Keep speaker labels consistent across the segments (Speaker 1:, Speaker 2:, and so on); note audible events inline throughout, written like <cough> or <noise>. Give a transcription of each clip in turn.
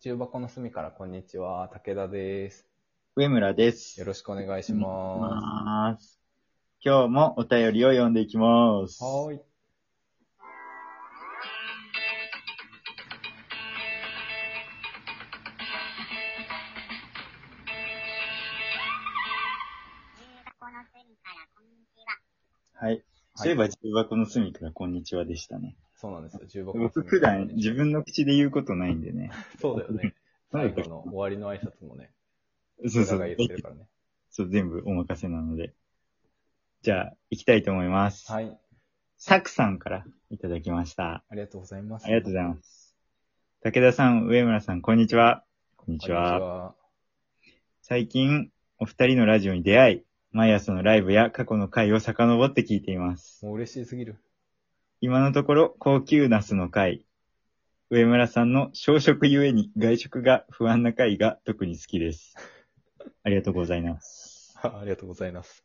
Speaker 1: 中箱の隅からこんにちは、武田です。
Speaker 2: 上村です。
Speaker 1: よろしくお願いしま。
Speaker 2: ます今日もお便りを読んでいきますす。
Speaker 1: はーい。
Speaker 3: この隅からこんにちは。
Speaker 2: はい。そういえば、重箱の隅からこんにちはでしたね。
Speaker 1: そうなんですよ、中箱の
Speaker 2: 僕
Speaker 1: 隅
Speaker 2: 普
Speaker 1: からね
Speaker 2: 段自分の口で言うことないんでね。
Speaker 1: そうだよね。
Speaker 2: そう
Speaker 1: 最
Speaker 2: だ
Speaker 1: 後
Speaker 2: よ
Speaker 1: の終わりの挨拶もね、
Speaker 2: そう
Speaker 1: 裏
Speaker 2: そう
Speaker 1: が言ってるからね。
Speaker 2: そう、全部お任せなので。じゃあ、行きたいと思います。
Speaker 1: はい。
Speaker 2: サクさんからいただきました。
Speaker 1: ありがとうございます。
Speaker 2: ありがとうござい
Speaker 1: す。
Speaker 2: ます。武田さん、上村さん、こんにちは。こんに
Speaker 1: こんに
Speaker 2: ち
Speaker 1: ち
Speaker 2: は。
Speaker 1: は。
Speaker 2: 最近、お二人のラジオに出会い、毎朝のライブや過去の回を遡って聞いています。
Speaker 1: もう嬉しいすぎる。 <laughs>
Speaker 2: 今のところ高級ナスの回。上村さんの小食ゆえに外食が不安な回が特に好きです。ありがとうございます。
Speaker 1: ありがとうございます。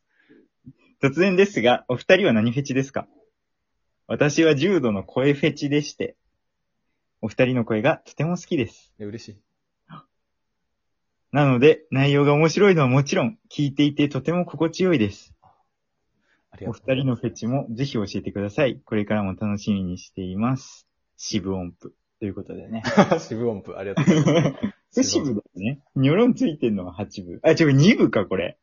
Speaker 2: 突然ですが、お二人は何フェチですか私は重度の声フェチでして、お二人の声がとても好きです。
Speaker 1: いや嬉しい。
Speaker 2: なので、内容が面白いのはもちろん、聞いていてとても心地よいです。
Speaker 1: あり
Speaker 2: お
Speaker 1: がとう
Speaker 2: 二人のフェチもぜひ教えてください。これからも楽しみにしています。四部音符。ということで <laughs> ね。
Speaker 1: <laughs> 渋音符、ありがとうございます。
Speaker 2: <laughs> 不四部だよね。ニョロンついてんのは8部。あ、違う、2部か、これ。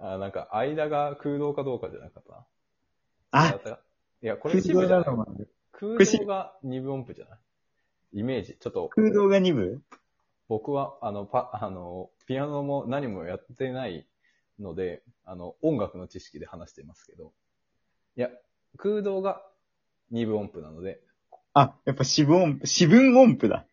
Speaker 1: あ、なんか、間が空洞かどうかじゃなかった
Speaker 2: あ、
Speaker 1: な。いや、これ
Speaker 2: 空
Speaker 1: 一部
Speaker 2: 洞
Speaker 1: じゃ
Speaker 2: だ
Speaker 1: ない
Speaker 2: ろ、まず
Speaker 1: 空
Speaker 2: れし
Speaker 1: 洞が二分音符じゃないイメージ。ちょっと、
Speaker 2: 空洞が2部
Speaker 1: 僕は、あの、パ、 <laughs> あの、ピアノも何もやってないので、あの、音楽の知識で話していますけど、いや、空洞が二分音符なので、
Speaker 2: あ、やっぱ四分音符、四分音符だ。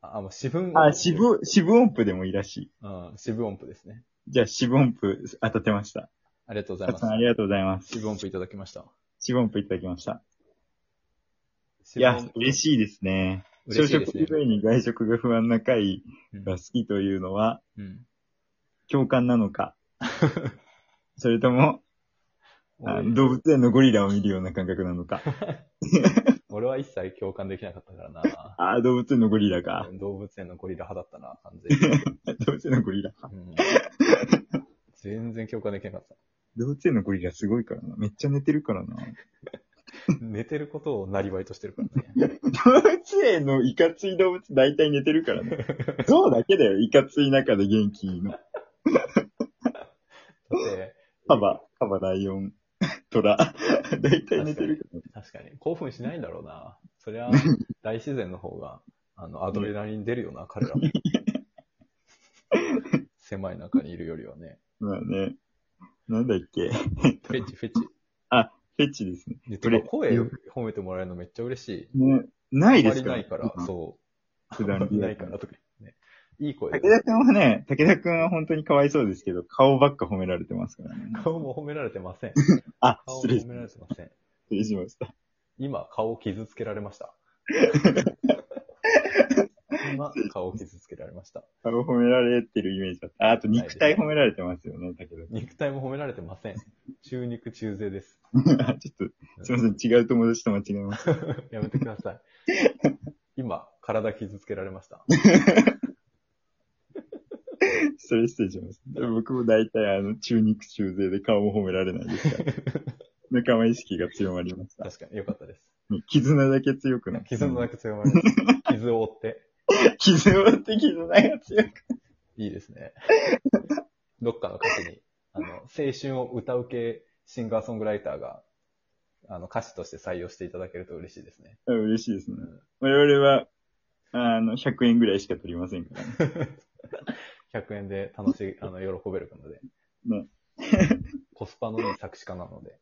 Speaker 1: あ、あもう四分音符。
Speaker 2: あ、四分、四分音符でもいいらしい。
Speaker 1: うん、四分音符ですね。
Speaker 2: じゃあ、四分音符当たってました。
Speaker 1: ありがとうござい
Speaker 2: た
Speaker 1: ま
Speaker 2: く
Speaker 1: す
Speaker 2: さん。ありがとうございます。
Speaker 1: 四分音符いただきました。
Speaker 2: 四分音符いただきました。い
Speaker 1: 四分
Speaker 2: や
Speaker 1: 音、符
Speaker 2: 嬉しいですね。
Speaker 1: 嬉しいです
Speaker 2: 朝食以
Speaker 1: ね。
Speaker 2: 外に外食が不安な回
Speaker 1: うん
Speaker 2: が好きというのは
Speaker 1: うん。
Speaker 2: 共感なのか
Speaker 1: <laughs>
Speaker 2: それとも、あ
Speaker 1: 俺
Speaker 2: 動物園のゴリラを見るような感覚なのか
Speaker 1: 俺は一切共感できなかったからな。
Speaker 2: ああ、動物園のゴリラか。
Speaker 1: 動物園のゴリラ派だったな、完全に。
Speaker 2: 動物園のゴリラ。
Speaker 1: うん、全然共感できなかった。
Speaker 2: 動物園のゴリラすごいからな。めっちゃ寝てるからな。
Speaker 1: 寝てることをなりわいとしてるからね。
Speaker 2: 動物園のいかつい動物大体寝てるから <laughs> ね。ゾウだけだよ。いかつい中で元気いいの。
Speaker 1: だって、
Speaker 2: カバ、カバライオン、トラ。大体寝てるから、ね。
Speaker 1: 確かに。興奮しないんだろうな。そりゃ、大自然の方が、あの、アドレナリン出るよな、彼ら
Speaker 2: <laughs>
Speaker 1: も。狭い中にいるよりはね。
Speaker 2: まあね。なんだっけ。
Speaker 1: フェチ、フェチ。
Speaker 2: フェチですね。
Speaker 1: で、
Speaker 2: こ
Speaker 1: て
Speaker 2: れ
Speaker 1: か声褒めてもらえるのめっちゃ嬉しい。
Speaker 2: ねないです
Speaker 1: あん
Speaker 2: か
Speaker 1: まりないから、そう。
Speaker 2: 普
Speaker 1: あんま
Speaker 2: 段
Speaker 1: りないから、とか、ね。いい声で
Speaker 2: 武。田くんはね、武田くんは本当にかわいそうですけど、顔ばっか褒められてますからね。
Speaker 1: 顔も褒められてません。
Speaker 2: あ、
Speaker 1: 顔も
Speaker 2: 失礼、
Speaker 1: 褒
Speaker 2: 失
Speaker 1: められてません。
Speaker 2: 礼しました。
Speaker 1: 今、顔を傷つけられま
Speaker 2: <laughs>
Speaker 1: した。今、顔を傷つけられました。
Speaker 2: 顔褒められてるイメージだった。ああと肉体褒められてますよね、武田くん。
Speaker 1: 肉体も褒められてません。中肉中背です。
Speaker 2: <laughs> あちょっと、すみません、違う友達と間違えました。 <laughs>
Speaker 1: <laughs> やめてください。今、体傷つけられました。
Speaker 2: それ失礼します。僕も大体、あの、中肉中背で顔も褒められないです <laughs> から。仲間意識が強まりました。
Speaker 1: 確かに、よかったです。
Speaker 2: 絆だけ強くなった
Speaker 1: 傷のなく強まります。
Speaker 2: <laughs>
Speaker 1: 傷を負って、
Speaker 2: 絆って絆が強く。
Speaker 1: いいですね。どっかの歌詞に、あの、青春を歌う系シンガーソングライターが、あの、歌詞として採用していただけると嬉しいですね。 <laughs>
Speaker 2: 嬉しいですね
Speaker 1: ん。
Speaker 2: 我々は、あの、100円ぐらいしか取りませんからね。
Speaker 1: 100円で楽しい、あの、喜べるので。
Speaker 2: ね
Speaker 1: コスパのいい作詞家なので。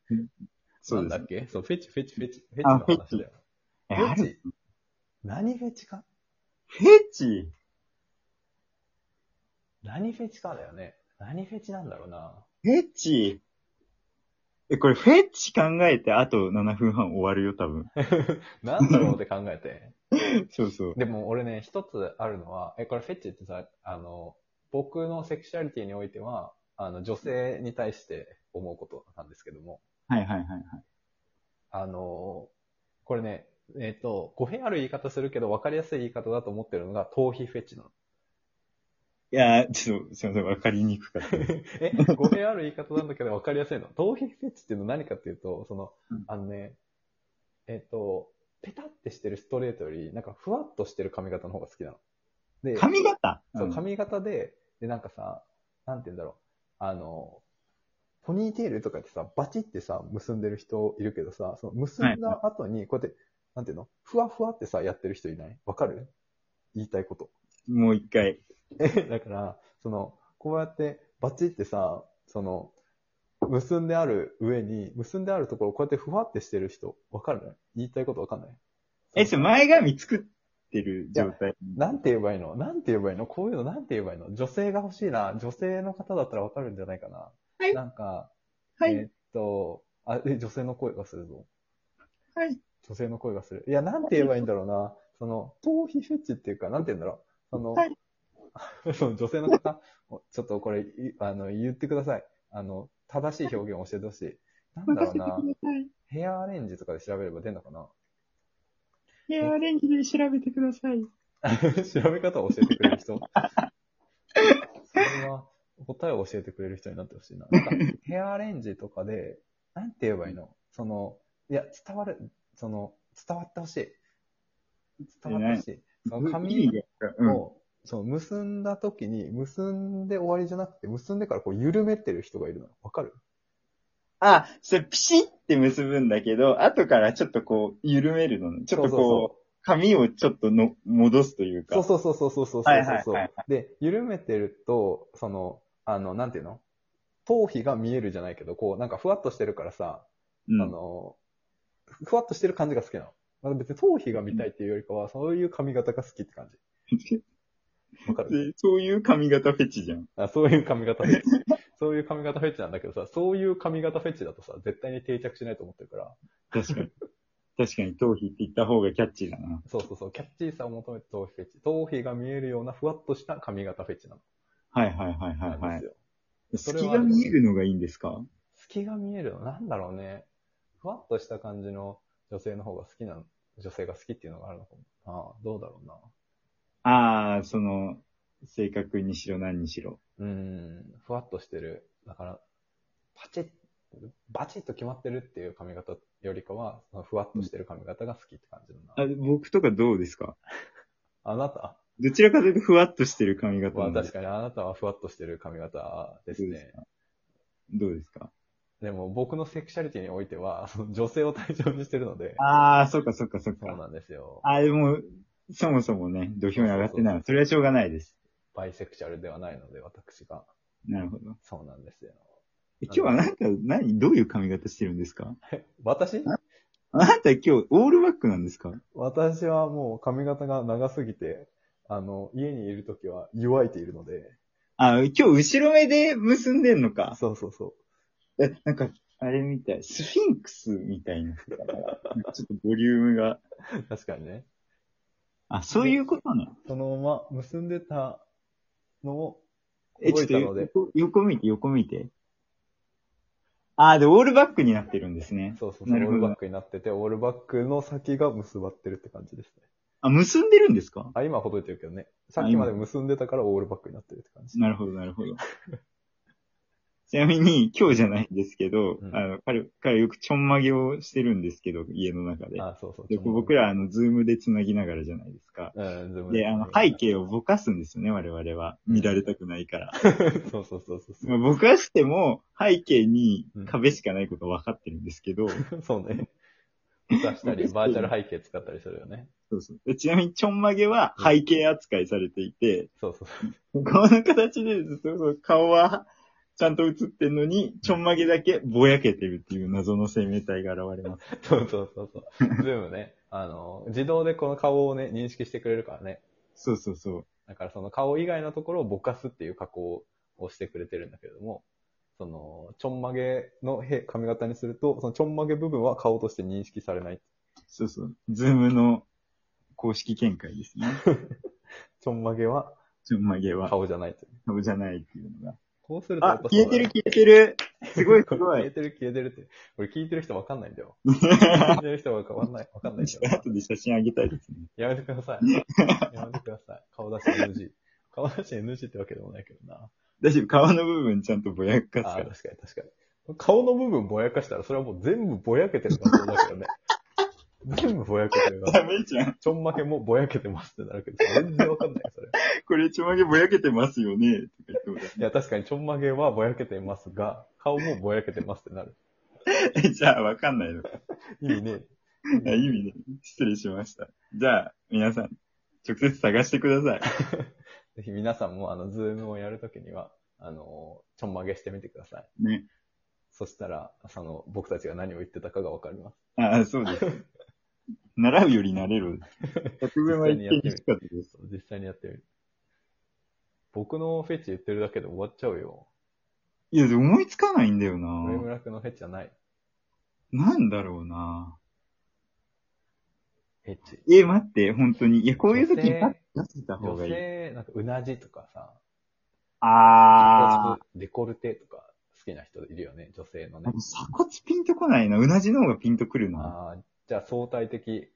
Speaker 2: そうで
Speaker 1: なんだ
Speaker 2: すね
Speaker 1: っ。けそう、フェチ、フェチ、フェチ、フェチ
Speaker 2: あ
Speaker 1: の話だよ。
Speaker 2: え
Speaker 1: フ
Speaker 2: あ
Speaker 1: ェ
Speaker 2: れ
Speaker 1: チ何フェチか
Speaker 2: フェチ
Speaker 1: 何フェチかだよね。何フェチなんだろうな。
Speaker 2: フェチえ、これフェチ考えてあと7分半終わるよ、多分。
Speaker 1: なんだろうって考えて。
Speaker 2: <laughs> そうそう。
Speaker 1: でも俺ね、一つあるのは、え、これフェチってさ、あの、僕のセクシュアリティにおいては、あの、女性に対して思うことなんですけども、
Speaker 2: はいはいはいはい。
Speaker 1: あの、これね、えっ、と、語弊ある言い方するけど、わかりやすい言い方だと思ってるのが、頭皮フェチなの。
Speaker 2: いやー、ちょっと、すいません、わかりにくかった。
Speaker 1: え、語弊ある言い方なんだけど、わかりやすいの。頭皮フェチっていうのは何かっていうと、その
Speaker 2: うん、
Speaker 1: あのね、えっ、と、ペタってしてるストレートより、なんかふわっとしてる髪型の方が好きなの。で、
Speaker 2: 髪型
Speaker 1: そう、
Speaker 2: ん
Speaker 1: 髪型で、で、なんかさ、なんて言うんだろう。あの、ポニーテールとかってさ、バチってさ、結んでる人いるけどさ、その結んだ後に、こうやって、なんていうのふわふわってさ、やってる人いないわかる言いたいこと。
Speaker 2: もう一回。
Speaker 1: <laughs> だから、その、こうやって、バチってさ、その、結んである上に、結んであるところ、こうやってふわってしてる人、わかる言いたいことわかんない
Speaker 2: え、それ前髪作ってる状態。
Speaker 1: なんて言えばいいのなんて言えばいいのこういうのなんて言えばいいの女性が欲しいな。女性の方だったらわかるんじゃないかな。
Speaker 2: はい
Speaker 1: なんか、
Speaker 2: はい
Speaker 1: えーっと、あ、え、女性の声がするぞ。
Speaker 2: はい。
Speaker 1: 女性の声がする。いや、なんて言えばいいんだろうな。その、頭皮フェチっていうか、なんて言うんだろう。その、
Speaker 2: は
Speaker 1: <laughs> その女性の方、おちょっとこれ、いあの、言ってください。あの、正しい表現を教えてほしい。なんだろう
Speaker 2: <laughs>
Speaker 1: な。ヘアアレンジとかで調べれば出んのかな
Speaker 2: ヘアアレンジで調べてください。
Speaker 1: <laughs> 調べ方を教えてくれる人。それは、答えを教えてくれる人になってほしいな。なんか、ヘアアレンジとかで、なんて言えばいいのその、いや、伝わる、その、伝わってほしい。伝わってほしい。その
Speaker 2: いい
Speaker 1: 髪
Speaker 2: ねうん。
Speaker 1: を、その結んだ時に、結んで終わりじゃなくて、結んでからこう緩めてる人がいるの。わかる
Speaker 2: あ、それピシって結ぶんだけど、後からちょっとこう、緩めるのね。ちょっとこう、髪をちょっとの戻すというか。
Speaker 1: そうそうそうそうそうそうそうそう、
Speaker 2: はいはいはいはい
Speaker 1: で、緩めてると、その、あの、なんていうの頭皮が見えるじゃないけど、こう、なんかふわっとしてるからさ、
Speaker 2: うん
Speaker 1: あの、ふわっとしてる感じが好きなの。まあ別に頭皮が見たいっていうよりかは、そういう髪型が好きって感
Speaker 2: <laughs>
Speaker 1: じ。わかる
Speaker 2: でそういう髪型フェチじゃん。
Speaker 1: あそういう髪型フェチ。そういう髪型フェチなんだけどさ、そういう髪型フェチだとさ、絶対に定着しないと思ってるから、
Speaker 2: 確かに。 <laughs> 確かに頭皮って言った方がキャッチーだな。
Speaker 1: そうそうそう、キャッチーさを求めて頭皮フェチ。頭皮が見えるようなふわっとした髪型フェチなの。
Speaker 2: はいはいはいはい
Speaker 1: なん
Speaker 2: は
Speaker 1: で
Speaker 2: い
Speaker 1: す。よ。それは
Speaker 2: 隙が見えるのがいいんですか
Speaker 1: 隙が見えるのなんだろうね。ふわっとした感じの女性の方が好きなの、女性が好きっていうのがあるのかも。ああ、どうだろうな。
Speaker 2: ああ、その、性格にしろ何にしろ。
Speaker 1: うーん、ふわっとしてる。だから、パチッ、バチッと決まってるっていう髪型よりかは、そのふわっとしてる髪型が好きって感じだ
Speaker 2: あ
Speaker 1: な。
Speaker 2: 僕とかどうですか
Speaker 1: あなた
Speaker 2: どちらかというとふわっとしてる髪型
Speaker 1: は
Speaker 2: なんで
Speaker 1: 確かにあなたはふわっとしてる髪型です
Speaker 2: そうです
Speaker 1: ね。
Speaker 2: どうですか
Speaker 1: でも僕のセクシャリティにおいては、その女性を対象にしてるので、
Speaker 2: ああ、そっかそっかそっ
Speaker 1: そう
Speaker 2: か。
Speaker 1: なんですよ。
Speaker 2: ああ、でも、そもそもね、土俵に上がってない。それはしょうがないです。
Speaker 1: バイセクシャルではないので、私が。
Speaker 2: なるほど。
Speaker 1: そうなんですよ。
Speaker 2: え今日はなんか、何、どういう髪型してるんですか
Speaker 1: 私
Speaker 2: あなた今日、オールバックなんですか
Speaker 1: 私はもう髪型が長すぎて、あの、家にいるときは弱いているので、
Speaker 2: あ、今日後ろ目で結んでんのか。
Speaker 1: そうそうそ
Speaker 2: え、なんか、あれみたい。スフィンクスみたいな。ちょっとボリュームが。
Speaker 1: う。確かにね。
Speaker 2: あ、そういうことね。
Speaker 1: そのまま結んでたのを
Speaker 2: え、ち
Speaker 1: 覚
Speaker 2: ょ
Speaker 1: え
Speaker 2: っと
Speaker 1: たので、
Speaker 2: 横横見て、横見て。あー、で、オールバックになってるんですね。
Speaker 1: そうそうそう、オ
Speaker 2: な
Speaker 1: ー
Speaker 2: るほど
Speaker 1: ルバックになってて、オールバックの先が結ばってるって感じですね。
Speaker 2: あ、結んでるんですか
Speaker 1: あ、今はほどいてるけどね。さっきまで結んでたからオールバックになってるって感じ。
Speaker 2: なるほど、な
Speaker 1: <laughs>
Speaker 2: るほど。ちなみに、今日じゃないんですけど、
Speaker 1: うん
Speaker 2: あの、彼、彼よくちょんまげをしてるんですけど、家の中で。
Speaker 1: あ、そうそう。
Speaker 2: で僕ら、あの、ズームで繋ぎながらじゃないですか。
Speaker 1: うん、ズーム
Speaker 2: で、あの、背。景をぼかすんですよね、我々は。見られたくないから。
Speaker 1: <laughs> そうそうそうそう
Speaker 2: まあ、ぼかしても、背景に壁しかないことは分かってるんです
Speaker 1: <laughs>
Speaker 2: けど、
Speaker 1: そう。そうね。出した
Speaker 2: <laughs>
Speaker 1: り、バーチャル背景使ったりするよね。
Speaker 2: そうそうでちなみに、ちょんまげは背景扱いされていて、
Speaker 1: そうそうそう。
Speaker 2: この形でずっとそう顔はちゃんと映ってんのに、ちょんまげだけぼやけてるっていう謎の生命体が現れます。
Speaker 1: そうそうそうそう。ズームね。あの、自動でこの顔をね、認識してくれるからね。
Speaker 2: そうそうそう。
Speaker 1: だからその顔以外のところをぼかすっていう加工をしてくれてるんだけれども、その、ちょんまげのへ髪型にすると、そのちょんまげ部分は顔として認識されない。
Speaker 2: そうそう。ズームの公式見解ですね。
Speaker 1: ちょんまげは
Speaker 2: ちょんまげは
Speaker 1: 顔じゃないという。
Speaker 2: 顔じゃないっていうのが。
Speaker 1: こうするとや
Speaker 2: あ
Speaker 1: っぱ、そう
Speaker 2: 消え
Speaker 1: だ
Speaker 2: てる
Speaker 1: ね
Speaker 2: 消えてる。すごいすご
Speaker 1: 消え
Speaker 2: い。
Speaker 1: てる消えてるって。俺聞いてる人わかんないんだ
Speaker 2: <laughs>
Speaker 1: よ。聞いてる人わかんない、わかんないん
Speaker 2: ち
Speaker 1: だ
Speaker 2: ょ
Speaker 1: よ
Speaker 2: っと。後で写真あげたいですね。
Speaker 1: やめてください。やめてください。顔出し NG。顔出し NG ってわけでもないけどな。
Speaker 2: 大丈夫、顔の部分ちゃんとぼやかす
Speaker 1: ああ
Speaker 2: か
Speaker 1: ー、
Speaker 2: ら。
Speaker 1: 確かに確かに。顔の部分ぼやかしたら、それはもう全部ぼやけてる画像だからね。 <laughs> 全部ぼやけてる画像
Speaker 2: ダ。メじゃん。
Speaker 1: ちょんまけもぼやけてますってなるけど、全然わかんない、それ。
Speaker 2: これちょまげぼやけてますよね。とか言ってもら
Speaker 1: いや、確かにちょんまげはぼやけてますが、顔もぼやけてますってなる。
Speaker 2: えじゃあ、わかんないの。
Speaker 1: いいね。 <laughs>
Speaker 2: いや意味で。失礼しました。じゃあ、皆さん、直接探してください。
Speaker 1: ぜひ皆さんも、あの、ズームをやるときには、あの、ちょんまげしてみてください。
Speaker 2: ね。
Speaker 1: そしたら、その、僕たちが何を言ってたかがわかります。
Speaker 2: ああ、そうです。
Speaker 1: <laughs>
Speaker 2: 習うより慣れる。作文は一見にしかっ
Speaker 1: <laughs>
Speaker 2: たです。
Speaker 1: そう実際にやってみる。僕のフェチ言ってるだけで終わっちゃうよ。
Speaker 2: いや、でも思いつかないんだよな。
Speaker 1: 上村君のフェチじゃない。
Speaker 2: なんだろうな。
Speaker 1: フェチ。
Speaker 2: え、待って、本当に。いや、こういう時にパッと出せた方
Speaker 1: 女
Speaker 2: がいい。
Speaker 1: 性、なんか、うなじとかさ、
Speaker 2: あー。
Speaker 1: デコルテとか好きな人いるよね、女性の
Speaker 2: で
Speaker 1: ね
Speaker 2: も。鎖骨ピンとこないな。うなじの方がピンとくるな。
Speaker 1: ああ、じゃあ相対的、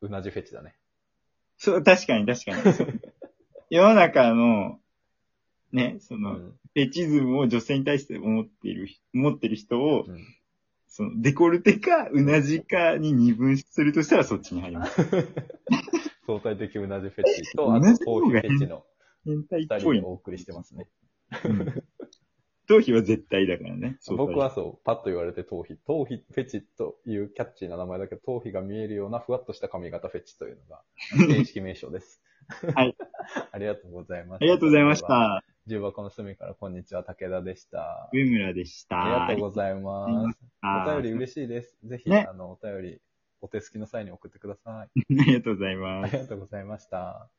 Speaker 1: うなじフェチだね。
Speaker 2: そう、確かに確かに。
Speaker 1: <laughs>
Speaker 2: そう世の中の、ね、そうの、
Speaker 1: ん。
Speaker 2: フェチズムを女性に対して思っている、思ってる人を、
Speaker 1: うん
Speaker 2: その、デコルテか、うなじかに二分するとしたらそっちに入
Speaker 1: <laughs>
Speaker 2: ります。
Speaker 1: 相対的うなじフェチと、あ
Speaker 2: うな
Speaker 1: と、
Speaker 2: じの方
Speaker 1: 頭
Speaker 2: が
Speaker 1: 皮フェチの
Speaker 2: 変態
Speaker 1: 二
Speaker 2: っぽ
Speaker 1: 人
Speaker 2: い
Speaker 1: を
Speaker 2: の。
Speaker 1: お送りしてますね。
Speaker 2: うん頭皮は絶対だからね。そう
Speaker 1: 僕はそう、パッと言われて頭皮。頭皮フェチというキャッチーな名前だけど、頭皮が見えるようなふわっとした髪型フェチというの
Speaker 2: <laughs>
Speaker 1: が、正式名称です。
Speaker 2: はい。
Speaker 1: <laughs> ありがとうございました。
Speaker 2: ありがとうございまし。た。
Speaker 1: 重箱の隅からこんにちは、武田でした。
Speaker 2: 上村でした。
Speaker 1: ありがとうございます。お便り嬉しいです。ぜひ、
Speaker 2: ね
Speaker 1: あの、お便り、お手すきの際に送ってください。
Speaker 2: ありがとうございます
Speaker 1: あ。りがとうございました。